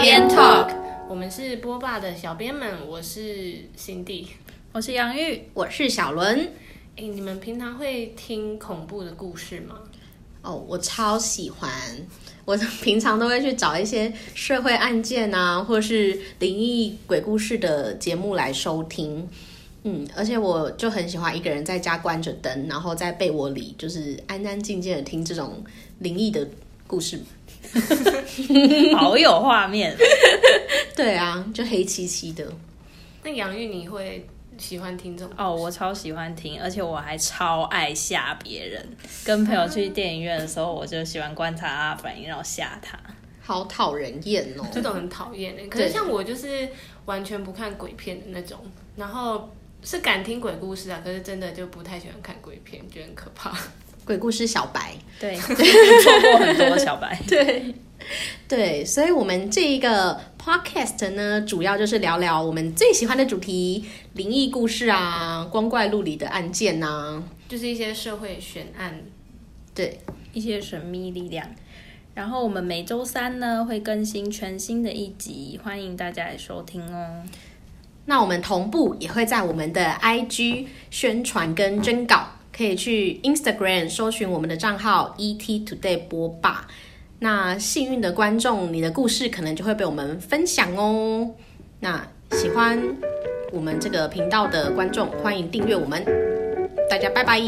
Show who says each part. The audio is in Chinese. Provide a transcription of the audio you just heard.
Speaker 1: 边 talk，我们是波霸的小编们，我是辛蒂。
Speaker 2: 我是杨 玉，
Speaker 3: 我是小伦。
Speaker 1: 哎，你们平常会听恐怖的故事吗？
Speaker 3: 哦，我超喜欢，我平常都会去找一些社会案件啊，或是灵异鬼故事的节目来收听。嗯，而且我就很喜欢一个人在家关着灯，然后在被窝里就是安安静静的听这种灵异的故事。
Speaker 2: 好有画面。
Speaker 3: 对啊，就黑漆漆的。
Speaker 1: 那杨玉你会喜欢听这种？
Speaker 2: 哦，我超喜欢听，而且我还超爱吓别人。跟朋友去电影院的时候，我就喜欢观察他的反应，然后吓他。
Speaker 3: 好讨人厌哦！
Speaker 1: 这种很讨厌欸的。可是
Speaker 3: 对
Speaker 1: 像我就是完全不看鬼片的那种，然后是敢听鬼故事啊，可是真的就不太喜欢看鬼片，觉得很可怕。
Speaker 3: 鬼故事小白，
Speaker 2: 对，错过很多小白。
Speaker 3: 对，所以我们这一个 podcast 呢，主要就是聊聊我们最喜欢的主题——灵异故事啊，光怪陆离的案件呐、啊。
Speaker 1: 就是一些社会悬案，
Speaker 3: 对，
Speaker 2: 一些神秘力量。然后我们每周三呢会更新全新的一集，欢迎大家来收听哦。
Speaker 3: 那我们同步也会在我们的 IG 宣传跟征稿，可以去 Instagram 搜寻我们的账号 ET Today 播霸。那幸运的观众，你的故事可能就会被我们分享哦。那喜欢我们这个频道的观众，欢迎订阅我们。大家拜拜。